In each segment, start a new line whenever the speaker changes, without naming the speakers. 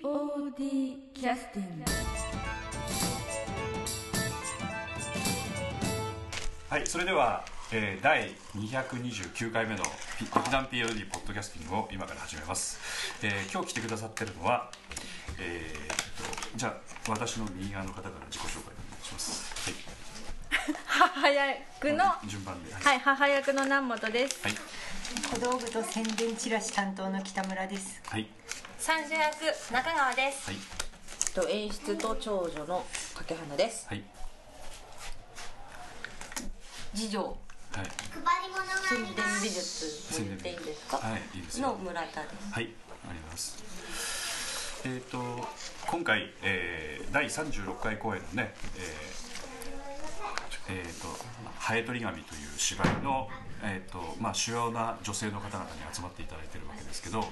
POD キャスティング
はい、それでは、えー、第229回目のピ劇団 POD ポッドキャスティングを今から始めます、えー今日来てくださってるのは、えーっとじゃあ私の右側の方から自己紹介お願いします、はい
母役の、は、
順番ではい
母役の南本です。
はい、
小道具と宣伝チラシ担当の北村です
はい
三十役中川です。
はい
と演出と長女の竹花です。
はい
次女
はい
宣伝美術と言っていいですか？
はいいいですよ
の村田です。
はい、あります。えっ、と今回、えー、第36回公演のね、えーえーとハエトリガミという芝居のえっ、とまあ主要な女性の方々に集まっていただいてるわけですけど、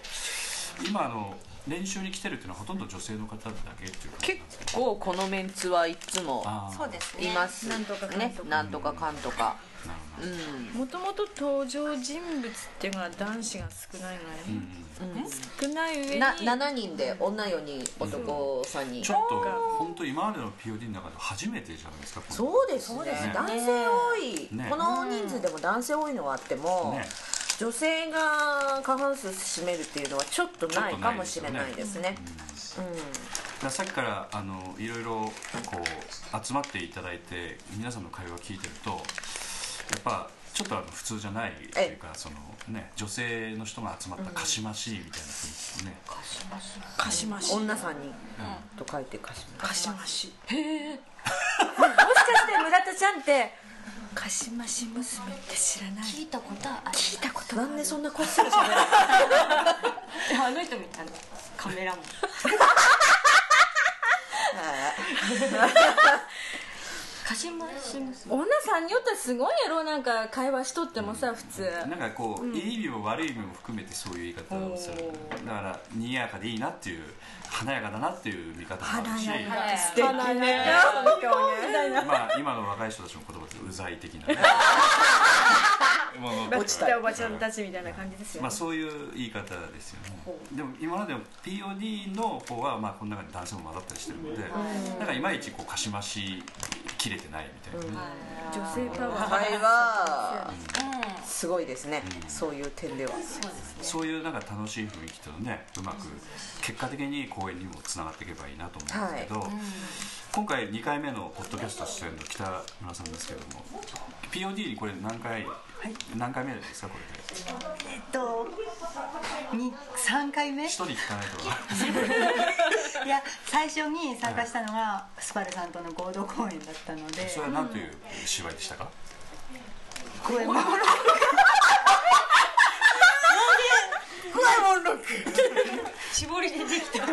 今あの練習に来てるっていうのはほとんど女性の方だけっていう感じなんですか。
結構このメンツはいつも
あー
そうです
い
ね。
ます
なんとかかんとか
ね。なんとかかんとか。
なるほど。
もともと登場人物っていうのは男子が少ないのよ
うんう
ね、
ん
少ない上に
な七人で女4人男3人
ちょ。っと本当今までの POD の中で初めてじゃないですか。この
そうですね
ね
男性多い、
ね
この人数でも男性多いのはあっても、
ね
女性が過半数占めるっていうのはちょっとないかもしれないですね
だからさっきからあのいろいろこう集まっていただいて皆さんの会話聞いてるとやっぱちょっとあの普通じゃないというかその、ね、女性の人が集まったかしましいみたいな雰囲気ね、
かしまし
女3人と書いて貸します
かしまし
もしかして村田ちゃんって
かしまし娘って知らない
聞いたことはある。
聞いたこと
なんでそんなこっそり喋る
あの人みたいなカメラマン
鹿島新
女さんによってはすごいやろなんか会話しとってもさ普通
なんかこう、いい意味も悪い意味も含めてそういう言い方をするだから賑やかでいいなっていう華やかだなっていう見方もあるし
素敵ね
まあ今の若い人たちの言葉でうざい的な ねもう
落ちた
おばちゃんたちみたいな感じですよ
まあ、そういう言い方ですよねでも今までの POD の方はまあこの中に男性も混ざったりしてるのでなんかいまいちこうかしまし切れてないみたいなね、
女性パワー
会はすごいですね、そういう点では
そういうなんか楽しい雰囲気とねうまく結果的に公演にもつながっていけばいいなと思うんですけど、今回2回目のポッドキャスト出演の北村さんですけども POD にこれ何回、何回目ですかこれで
えっとに3回目い
一人聞かないと
や最初に参加したのがスパルさんとの合同公演だったので
それは何という芝居でしたか、
公演もなんで絞り出てきた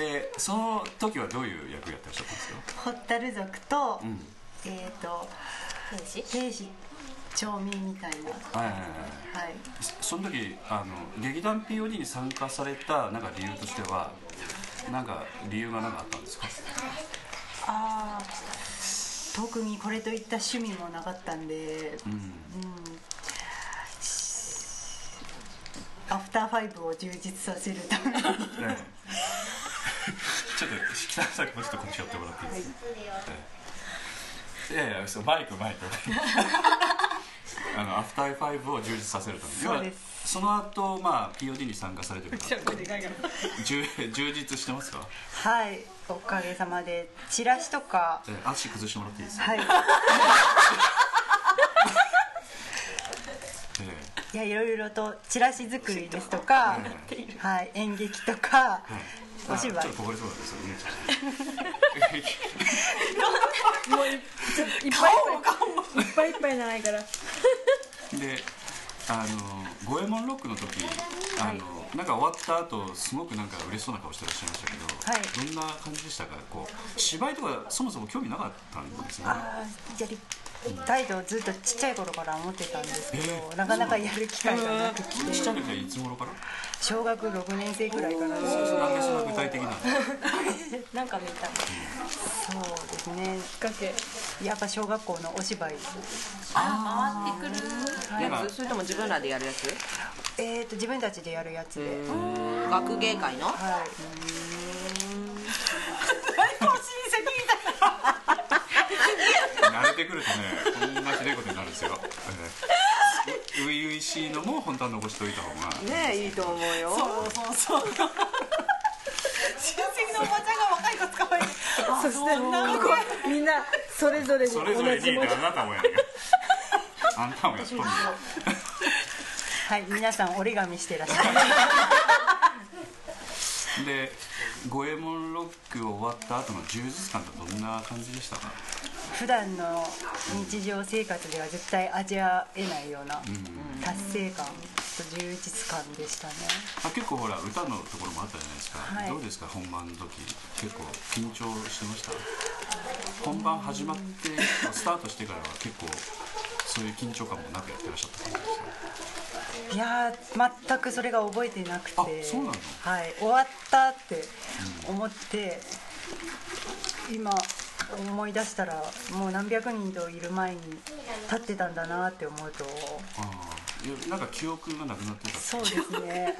でその時はどういう役やってらっしゃったんですか
ホッタル族と、
ん
えっ、と
兵士。
兵士町民みたい
は
な
いはいはい
はい
その時あの劇団 POD に参加されたなんか理由としてはなんか理由が何かあったんですか
あー特にこれといった趣味もなかったんで、うんアフターファイブを充実させるために
ええ ちょっと北原さんもうちょっとこっち寄ってもらっていいですか、ええいやいやそうマイクマイクあのアフターファイブを充実させるために
そうです
要はその後、まあ POD に参加されてる 方充充実してますか、
はいおかげさまでチラシとか
ええ足崩してもらっていいですか、
はい
え
いやいろいろとチラシ作りですとか、はい、演劇とか、
え
お芝
あち
居
ょっとこぼれそうなんですよね
いっぱいいっぱいいっぱいいっぱいじゃないから
であの五右衛門ロックの時あの、なんか終わった後すごくなんか嬉しそうな顔してらっしゃいましたけど、
はい
どんな感じでしたかこう芝居とかそもそも興味なかったんですよね
あーやりたいとずっとちっちゃい頃から思ってたんですけど、なかなかやる機会がなくて
ちっちゃくていつ頃から
小学6年生くらいからです
そうそうなんでそんな具体的な
なんか見た。
そうですね
かけ
やっぱ小学校のお芝居
やつそれとも自分らでやるやつ
えー、と自分たちでやるやつで、
学学芸会の
はい
慣れてくるとねこんなひどいことになるんですよええ初々しいのも本当は残しておいた方が
ねえいいと思うよ
そうそうそう親戚のおばちゃんが若い子捕まえて
そしてここみんなそれぞれに
そ
同
れぞれ
じ
に
も
あ
の
なたもやるよあんたもやっとんね
はい皆さん折り紙してらっしゃる
で五右衛門ロック終わった後の充実感ってどんな感じでしたか
普段の日常生活では絶対味わえないような達成感と充実感でしたね
あ結構ほら歌のところもあったじゃないですか、
はい
どうですか本番の時結構緊張してました本番始まってスタートしてからは結構そういう緊張感もなくやってらっしゃった感じですか
いやー全くそれが覚えてなくて
あそうなの
はい、終わったって思って、今思い出したらもう何百人といる前に立ってたんだなって思うと
ああいやなんか記憶がなくなってた
そうですね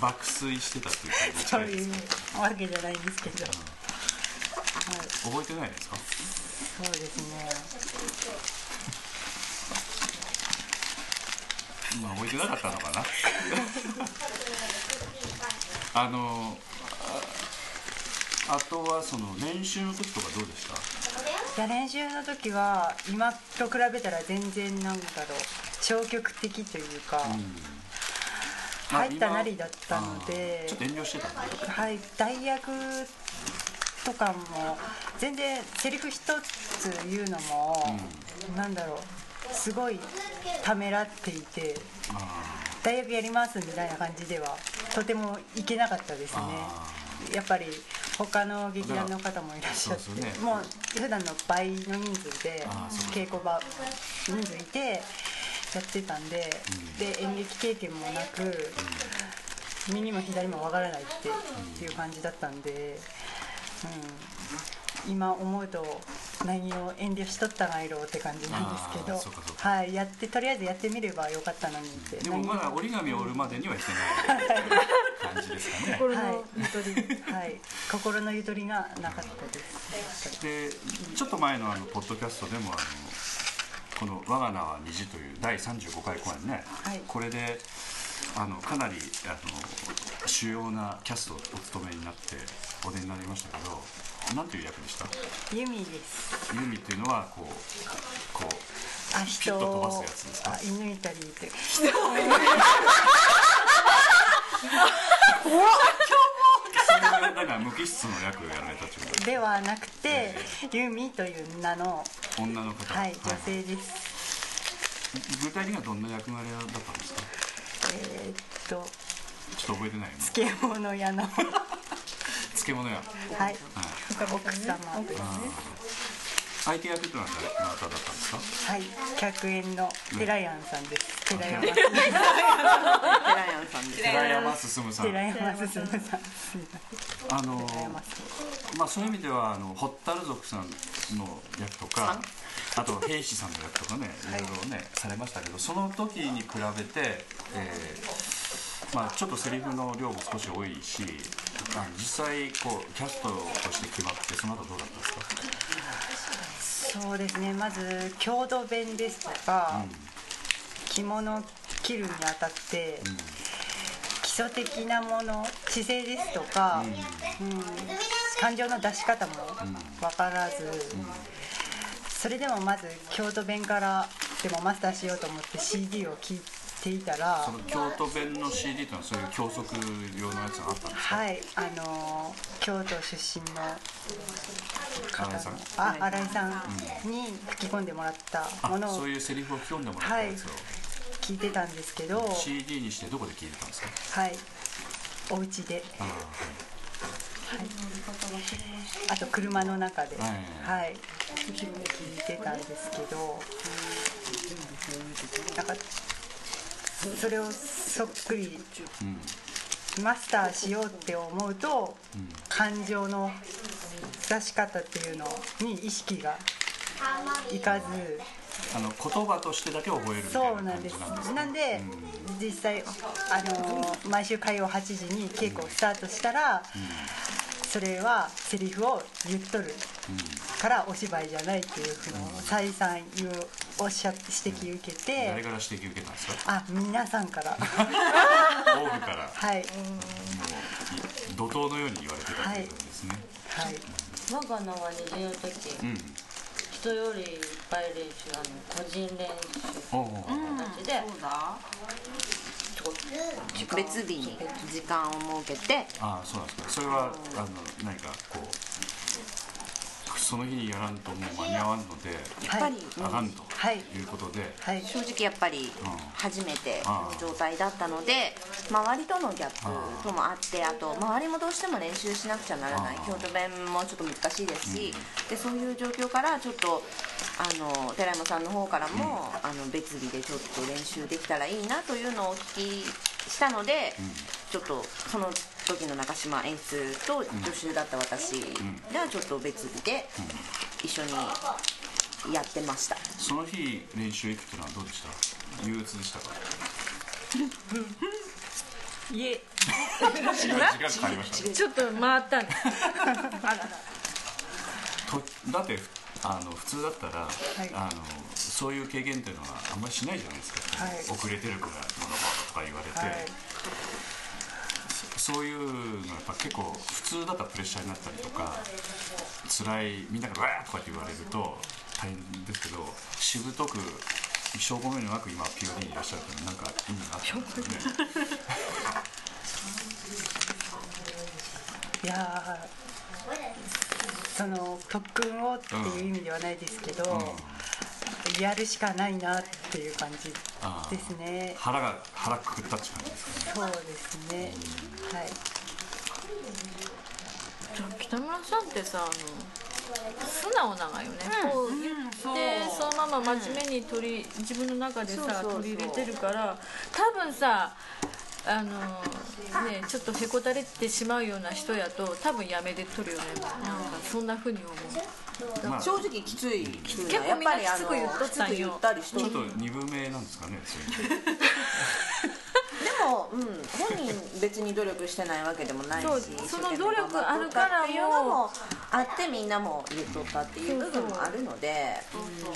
爆睡してたっていう感じ
そう
近いで
い
す
う
か
わけじゃないんですけど
覚えてないですか
そうですね
まあ覚えてなかったのかなあのああとはその練習の時とかどうでした
いや練習の時は今と比べたら全然なんだろう消極的というか、
まあ
入った
今
なりだったの
あ
で
ーちょっと遠慮してたんだ
はい代役とかも全然セリフ一つ言うのも、なんだろうすごいためらっていて代役やりますみたいな感じではとてもいけなかったですね
あ
やっぱり他の劇団の方もいらっしゃって
そうですよね
もう普段の倍の人数で
あーそう
稽古場人数いてやってたんで,、で演劇経験もなく、右も左もわからないって,、っていう感じだったんで、うん、今思うと何を遠慮しとったがいろうって感じなんですけ
あ
ど
ーそうかそうか
はい、やってとりあえずやってみればよかったのにって
でもまだ折り紙を折るまでにはいけない感じですかね
心のゆとり
はい、心のゆとりがなかったです。
でちょっと前のあのポッドキャストでもあのこの「我が名は虹」という第35回公演ね、
はい
これであのかなりあの主要なキャストをお務めになってお出になりましたけど何という役でした
ユミです。
ユミっていうのはこうこう
あ、
ピュ
人
ッと飛ば
を
すやつですか
あ射抜いたりって。
それがだから無機質の役をやられたという
ではなくて、ユミという名の、
女の方、
はい、女性です。
具体的にはどんな役割だったんですか
えーっと、
ちょっと覚えてないもう
漬物屋の、は
漬物屋、はい、
い、奥様です。
相手役というのは誰の方だったんですか
はい、100円の寺山さんです。寺山、
テラヤンさん です
寺山進さん
寺山進さん。
あの
寺山
まあそういう意味ではあのホッタル族さんの役とかあと兵士さんの役とかねいろいろねされましたけどその時に比べて、えーまあ、ちょっとセリフの量も少し多いし、まあ、実際こうキャストとして決まってその後どうだったんですか
そうですねまず郷土弁ですとか、着物を着るにあたって、基礎的なもの姿勢ですとか、うん感情の出し方も分からず、それでもまず京都弁からでもマスターしようと思って CD を聴いていたら
その京都弁の CD というのはそういう教則用のやつがあったんですか
はいあのー京都出身の
金井さん
あ新井さんに吹き込んでもらったも
あ
のを
そういうセリフを読んでもらったやつを、
聞いてたんですけど、
CD にしてどこで聞いてたんですか
はい、お家で、あと車の中で、
はい
はい、聞いてたんですけど、なんかそれをそっくりマスターしようって思うと、感情の出し方っていうのに意識がいかず。
あの言葉としてだけ覚えるみたい
そう
な
な
感
ん
じ
です
なんです
なんで、実際あの毎週火曜8時に稽古をスタートしたら、それはセリフを言っとるからお芝居じゃないっていうふうのを再三言うおっしゃ指摘受け
誰
て、
から指摘受けたん ですか
あ皆さんから
オールからも
はい、
う怒涛のように言われてたということですね、
はい、
我が名は虹の時
うん
人よりいっぱい練習あの個人練
おうおうおう
習たちで、
別日に時間を設けて
ああそうなんですかそれはあの何かこうその日にやらんともう間に合わんので
やっぱり、うん
あかんと
はい
いうことで、
はい、
正直やっぱり初めての状態だったので周りとのギャップともあってあと周りもどうしても練習しなくちゃならない
あー
京都弁もちょっと難しいですしでそういう状況からちょっとあの寺山さんの方からもあの別日でちょっと練習できたらいいなというのをお聞きしたのでちょっとその時の中島演出と助手だった私がちょっと別日で一緒にやってました。
その日練習行くっていうのはどうでした憂鬱でしたか
いえ
時間時間かかりました
ちょっと回ったんですあらら
とだってふあの普通だったら、あのそういう経験っていうのはあんまりしないじゃないですか、
はい
遅れてる子がどうのこうのとか言われて、
はい
そそういうのやっぱ結構普通だったらプレッシャーになったりとか辛いみんなが「わー!」とかって言われると大変ですけどしぶとく証拠目のなく今 POD にいらっしゃるっていうのはなんか意味があったんですよね
いやーその特訓をっていう意味ではないですけど、やるしかないなっていう感じ
あー
ですね
腹が腹くくったっていう感じですかね
そうですねはい
北村さんってさあの素直なのよね、こう言って、そのまま真面目に取り、自分の中でさ
そうそうそう
取り入れてるから多分さあのねちょっとへこたれてしまうような人やと多分やめて取るよねなんかそんな風に思う
まあ
正直きつい結
結構みんなきつく言っと
き
っ
つ
た
く
んよ
言ったりして
ちょ
る
っと二分目なんですかねそういうの
でも、うん、本人別に努力してないわけでもないし
そう
一生
その
懸命
努力あるから
頑張っとったっていうのもあってみんなも言っとったっていう部分もあるので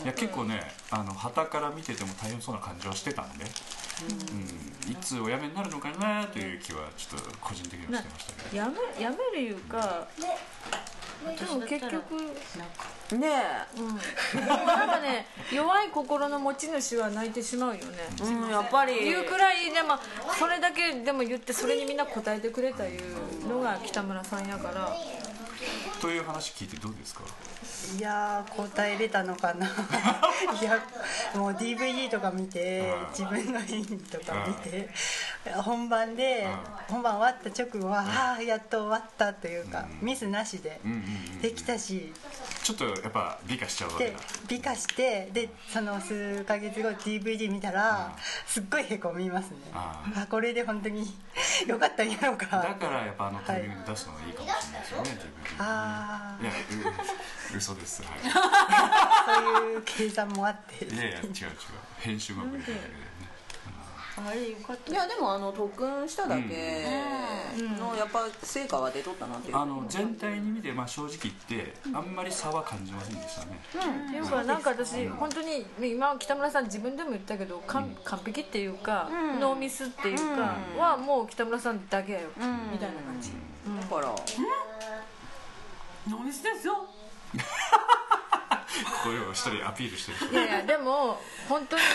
いや結構ねあの旗から見てても大変そうな感じはしてたんで、うんいつお辞めになるのかなという気はちょっと個人的にはしてましたけど、
やめやめるいうか、でも結局、
ね
うん、なんかね弱い心の持ち主は泣いてしまうよね、
え、うん、やっぱり
いうくらいでもそれだけでも言ってそれにみんな答えてくれたいうのが北村さんやから
という話聞いてどうですか
いやー答えれたの かないやもう DVD とか見て
うん
自分の演技とか見て本番で本番終わった直後はああやっと終わったというかミスなしで
うんうんうん
できたし
ちょっとやっぱ美化しちゃうわけ
で
だ
美化してでその数ヶ月後 DVD 見たらすっごいへこみますね
あ
あこれで本当によかったんやろう
だ
か
からやっぱあのタイミングで出すのがいいかもしれないですよね、
あ
自分にいやう嘘ですはい
あそういう計算もあって
いやいや違う違う編集が無理だけでね
あれよかった
いやでもあの特訓しただけのやっぱ成果は出とったなっていう
あの全体に見て、まあ、正直言ってあんまり差は感じませんでしたね、
っていうかなんか私本当に今北村さん自分でも言ったけど完完璧っていうか、ノーミスっていうかはもう北村さんだけやよ、みたいな感じ
だから
ノーミスですよ
これを一人アピールしてる
いやいやでも本当によ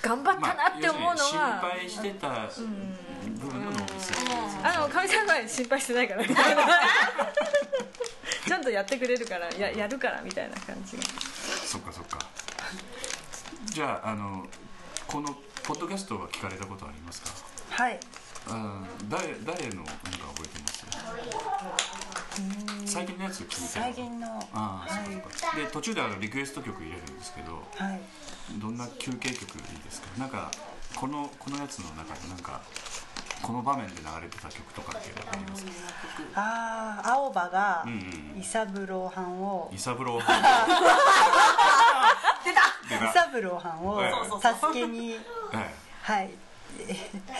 く頑張ったなって思うの
要する
は、
に心配してた部分の脳みそ
あのかみさんは心配してないから ちゃんとやってくれるからややるからみたいな感じが
そっかそっかじゃああのこのポッドキャストは聞かれたことありますか
はい
あー誰誰の何か覚えてます最近のやつ聞いてる
最近の
ああそうかそうかで途中であのリクエスト曲入れるんですけど
はい
どんな休憩曲いいですかなんかこのこのやつの中でなんかこの場面で流れてた曲とかってありますか
ああ青葉が
うんうん
伊三郎藩を
イサブロ出
伊
た
三郎藩を
はい
助けに
はい
はい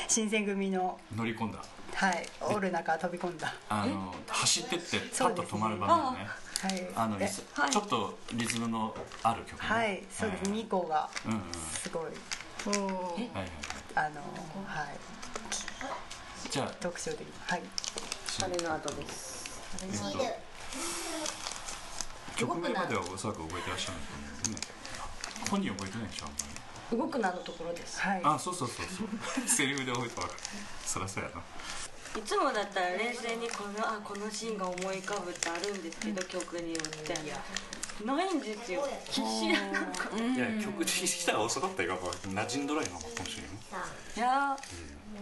新選組の、
乗り込んだ
はい、おる中飛び込んだ、
あの走ってってパ
そう
ッ
です
と止
ね
まる場面ね
はい、
あのリ
で
ズちょっとリズムのある曲ね
はい、そうですね、
はい
2個が
うんうんは
すごい、
うん
いはいはい
あの、はい、
じゃあ
特徴的、はい、
あれの後です
えっと曲名まではおそらく覚えてらっしゃると思うんですね本人覚えてないでしょあんまり
動くなのところです
はい、
あそうそうそう そうセリフで覚えてわかるそらそうやない
つもだったら冷静にこのあこのシーンが思い浮かぶってあるんですけど、曲によってないんですよ必死でなんか
いや曲的にしたら遅かったよなじんどらいのかもしれない
いや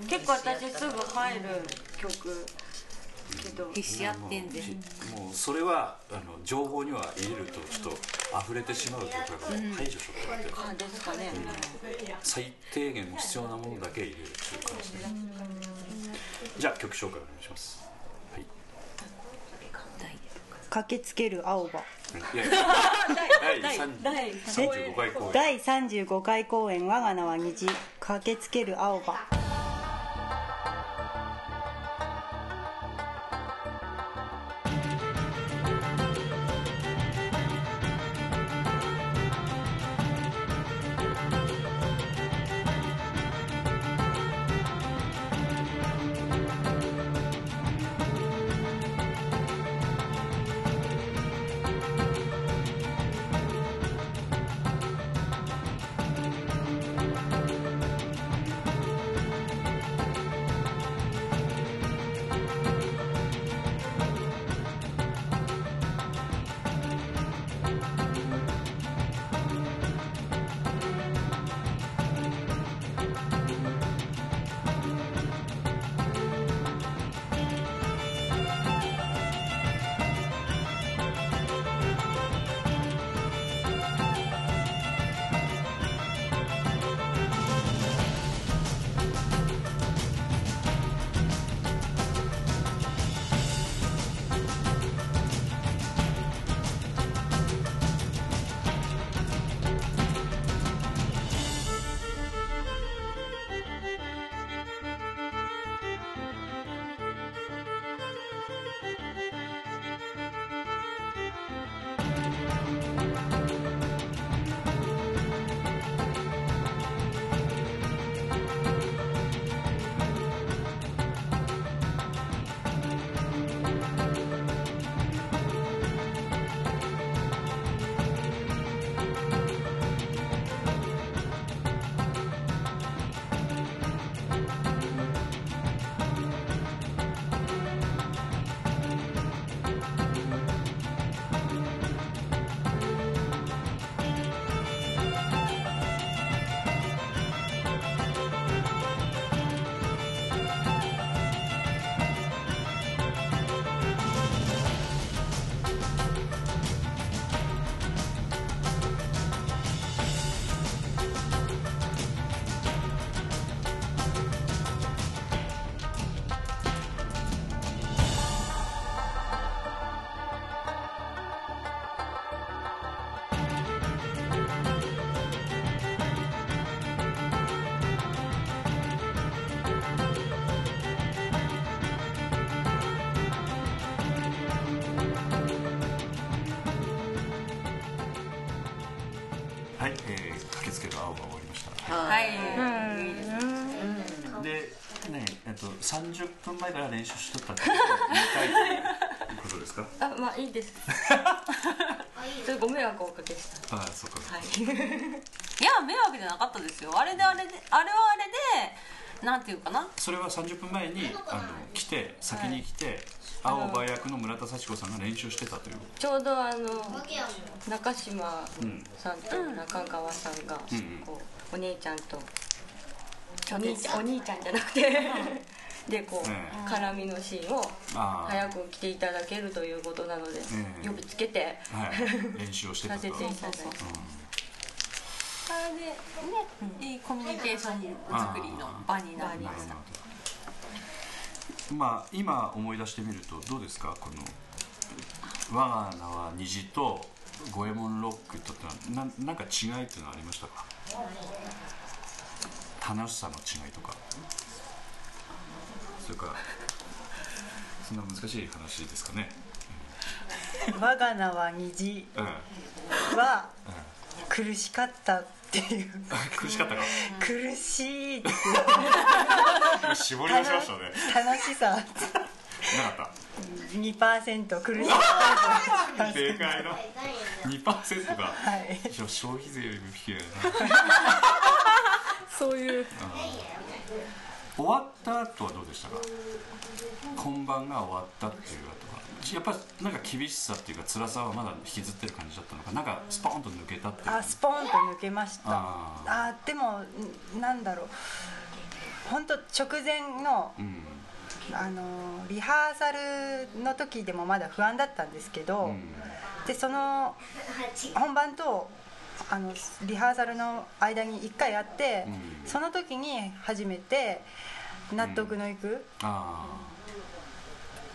ー結構私すぐ入る曲けど
必死やってんで
もうもうそれはあの情報には入れるとちょっと溢れてしまうというか排除しようと思って
あですかね、
最低限の必要なものだけ入れるっていう感じですねじゃあ曲紹介お願いしますはい
駆けつける青葉
いやいや第三
第
35回公演
第35回公演「我が名は虹」駆けつける青葉
はい、えー、駆けつける青が終わりましたで、ねえっと、30分前から練習しとったってことということですか
あまあい いですちょっとご迷惑をおかけした
ああ、そっか、
はい
いや迷惑じゃなかったですよあれであれであれはあれでなんていうかな
それは30分前にあの来て先に来て、青葉役の村田幸子さんが練習してたという
ちょうどあの中島
ん
さんと中川さんが
んうん
こうお姉ちゃんとお兄ちゃんお兄ちゃんじゃなく てでこ
え
う絡みのシーンを
ああ、
早く来ていただけるということなので
ええ
呼びつけて
はい、練習をしてた
さ
と
せていただいて
あれでね、いいコミュニケーション作りの場になり
な
ま
るほ
した
どまあ今思い出してみるとどうですかこの「我が名は虹」と「五右衛門ロック」とってのはななんか違いっていうのはありましたか楽しさの違いとかそれからそんな難しい話ですかね、
我が名は虹
うん、
は苦しかったっていう
苦しかったか
苦しいっていう
今絞り出しましたね
楽しさ
なかっ
2%苦しさ
た正解の2%が
はい
消費税よりも引きだな
そういう
終わった後はどうでしたか本番が終わったっていう後はやっぱりなんか厳しさっていうか辛さはまだ引きずってる感じだったのかなんかスポーンと抜けたっていう
あスポーンと抜けました
あー
あーでもんなんだろう本当直前の
うん
あのーリハーサルの時でもまだ不安だったんですけど、でその本番とあのリハーサルの間に1回あって、
うん
その時に初めて納得のいく
あ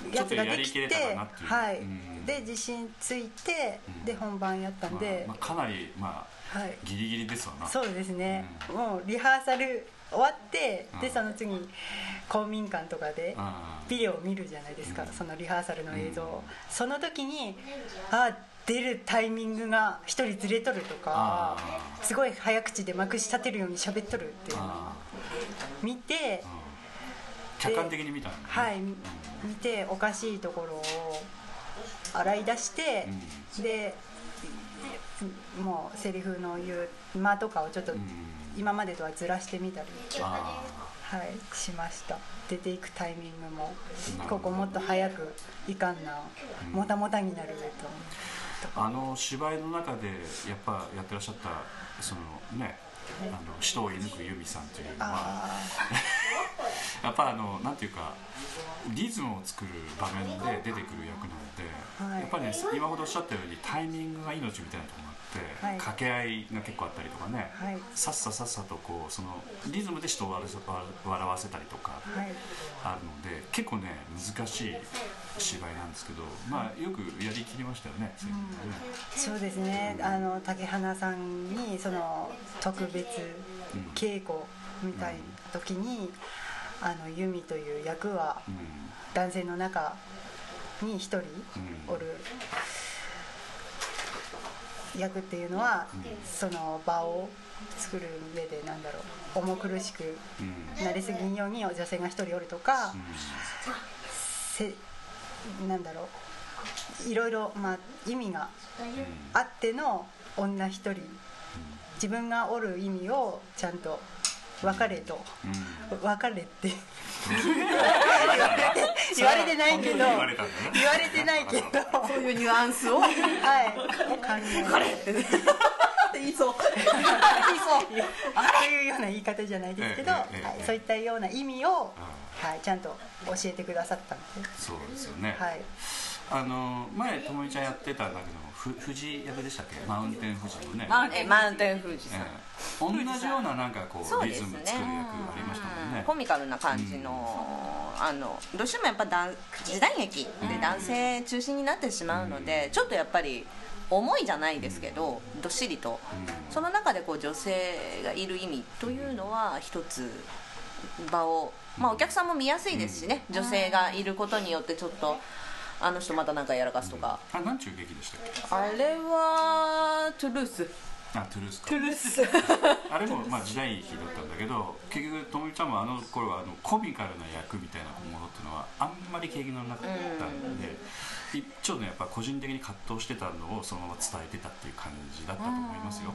ーちょ
や
っ
つ
と
が
や
で
り
き
きれ
て、
たかなっていう、
はい
うん
で自信ついて、で本番やったんで、
まあまあかなりまあ、
はい
ギリギリですわな
そうですね、もうリハーサル終わって、でその次公民館とかで
あー
ビデオを見るじゃないですか、そのリハーサルの映像を、その時にあー出るタイミングが一人ずれとるとかすごい早口でまくし立てるように喋っとるっていうのを
あ
見て、
ー客観的に見たの
はい見ておかしいところを洗い出して、でもうセリフの言う間とかをちょっと今までとはずらしてみたり、
あ
はい、しました出ていくタイミングも
なるほど
ここもっと早くいかんなもたもたになると
あの芝居の中でやっぱやってらっしゃったそのねあの死闘を射抜く由美さんというのは やっぱあのなんていうかリズムを作る場面で出てくる役な
は
ので、
い
やっぱり、ね、今ほどおっしゃったようにタイミングが命みたいなところがあって、
はい
掛け合いが結構あったりとかね、
はい
さっささっさとこうそのリズムで人を笑わせ笑わせたりとか、
はい
あるので結構ね難しい芝居なんですけど、まあ、よくやりきりましたよね、そういうのね
そうですねあの竹花さんにその特別稽古みたいな時に、あの由美という役は男性の中に一人おる役っていうのは、その場を作る上でなんだろう重苦しくなりすぎんように女性が一人おるとか、せなんだろういろいろ、まあ、意味があっての女一人自分がおる意味をちゃんと分かれと分かれって言われてないけど
言われたんだね
言われてないけどそういうニュアンスをはい考え分かれって言い そう言いそうというような言い方じゃないですけど、
ええええ
はい
ええ
そういったような意味を、はい、ちゃんと教えてくださったので
そうですよね、
はい
あの前ともみちゃんやってたんだけどふ富士役でしたっけマウンテン富士のね
えマウンテン富士
え
さん、
え同じようななんかこ
そうう
リ
です
ズ
ね
ム作る役ありましたもんね
コミカルな感じの,、あのどうしてもやっぱだん時代劇で男性中心になってしまうので、ちょっとやっぱり重いじゃないですけど、どっしりと、その中でこう女性がいる意味というのは一つ場を、まあ、お客さんも見やすいですしね、女性がいることによってちょっとあの人また何かやらかすとか、
あなんちゅう劇でしたっけ
あれはトゥルース
あトゥルースか
トゥルース
あれもまあ時代劇だったんだけ ど結局ともみちゃんもあの頃はあのコミカルな役みたいなものっていうのはあんまり経験がなかったんで、いちょっとねやっぱ個人的に葛藤してたのをそのまま伝えてたっていう感じだったと思いますよ、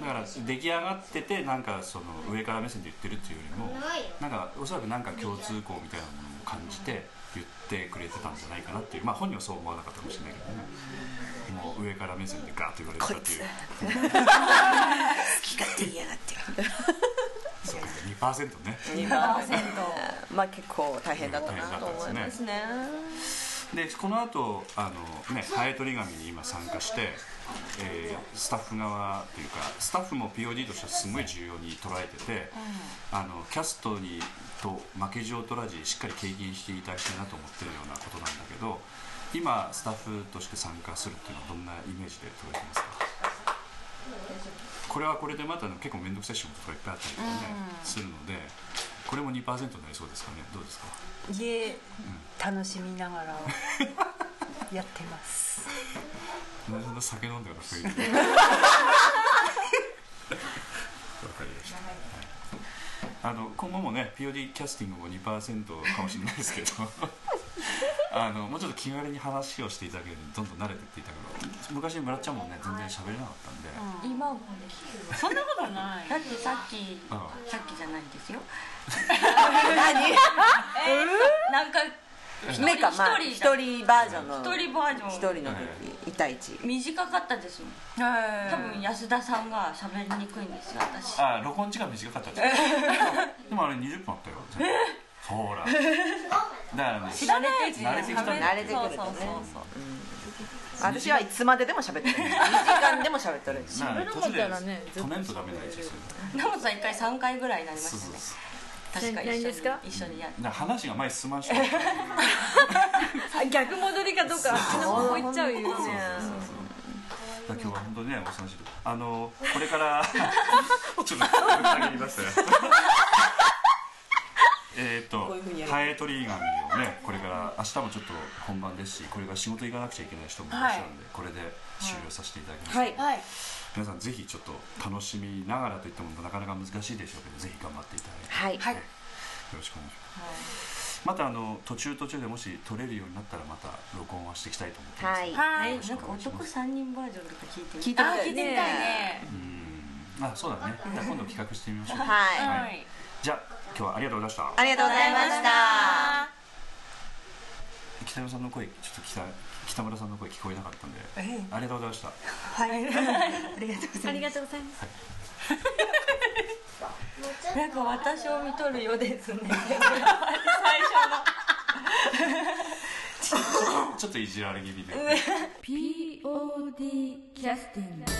だから出来上がっててなんかその上から目線で言ってるっていうよりもなんかおそらくなんか共通項みたいなものを感じて言ってくれてたんじゃないかなっていうまあ本人はそう思わなかったかもしれないけどねもう上から目線でガーッと言われてたっていう
き勝手言いやがって
そう2%ね
まあ結構大変だったなと思いますね。
でこの後あのねハエトリガミに今参加して、えースタッフ側というかスタッフも POD としてはすごい重要に捉えてて、あのキャストにと負けじを取らずしっかり経験していただきたいなと思ってるようなことなんだけど今スタッフとして参加するっていうのはどんなイメージで捉えてますかこれはこれでまた結構面倒くさい仕事がいっぱいあったりとかね、するのでこれも2%になりそうですかねどうですか
家楽しみながらやってます
なんでそんな酒飲んでるのそういうのわかりましたはいあの今後もね POD キャスティングも2%かもしれないですけど あのもうちょっと気軽に話をしていただけるようにどんどん慣れていっていただければ昔村ちゃんもね全然喋れなかったんで、
今はねそんなことない
だってさっ
う
きさっきじゃないですよ
何
えなんか
目かまあ
一
一人バージョンの
一人バージョン
一人の時1対1
短かったですもん多分安田さんが喋りにくいんですよ私
ああ録音時間短かったですでもあれ20分あったよほらだからね
知らない
慣れてきたんだよ
慣れてくるとねうん私はいつまででも喋ってる2時間でも喋ってるし
なあ
喋らなかったらね
途中で止めんとダメなやつですよね
奈本さん一回三回ぐらいになりま
そう
し
そう
たね
そう
確か
な何
一緒
で
に
すか
一緒にやる
だから話が前に進まんしょうそうそう
あ逆戻りかどうかあっちの方向行っちゃうよね
そうだから今日は本当にねお忙しいあのこれから ちょっと限りましたよえっとハエ取り紙をねこれから明日もちょっと本番ですしこれから仕事行かなくちゃいけない人もいらっしゃるんで、これで終了させていただきます、
はい
はい
皆さんぜひちょっと楽しみながらといってもなかなか難しいでしょうけどぜひ頑張っていただいて、
はい
ねよろしくお願いします、またあの途中途中でもし撮れるようになったらまた録音はしていきたいと思ってます
はい
はい
よろ
なん
しく
か
お願いし
男
ます
三人バージョンとか聞いてみ
聞いてみたい
たいね
うんあそうだねじゃあ今度企画してみましょう
はい
はい、じゃあ今日はありがとうございました
ありがとうございました
北村さんの声ちょっと北北村さんの声聞こえなかったんで、ありがとうございました
ありがとうございます
なんか私を見とるようです ね
ちょっといじられ気味で
POD キャスティング